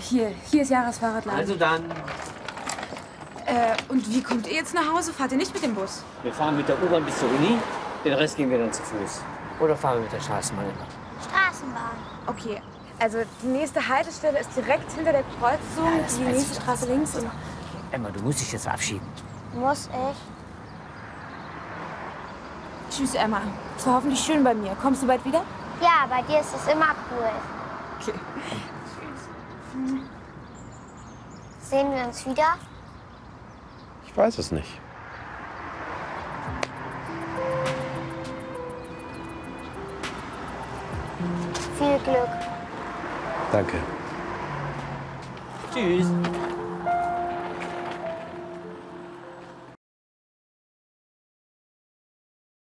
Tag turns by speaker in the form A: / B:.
A: Hier, hier ist Jaras Fahrradladen.
B: Also dann,
A: Äh, und wie kommt ihr jetzt nach Hause? Fahrt ihr nicht mit dem Bus?
B: wir fahren mit der U-Bahn bis zur Uni, den Rest gehen wir dann zu Fuß. Oder fahren wir mit der Straßenbahn immer.
C: Straßenbahn.
A: Okay. Also die nächste Haltestelle ist direkt hinter der Kreuzung,
B: Ja, das
A: die
B: weiß
A: nächste
B: ich doch.
A: Straße links. Und
B: Emma, du musst dich jetzt verabschieden.
C: Muss ich?
A: Tschüss, Emma. Es war hoffentlich schön bei mir. Kommst du bald wieder?
C: Ja, bei dir ist es immer cool.
A: Okay.
C: Sehen wir uns wieder?
D: Ich weiß es nicht.
C: Viel Glück.
D: Danke.
B: Tschüss.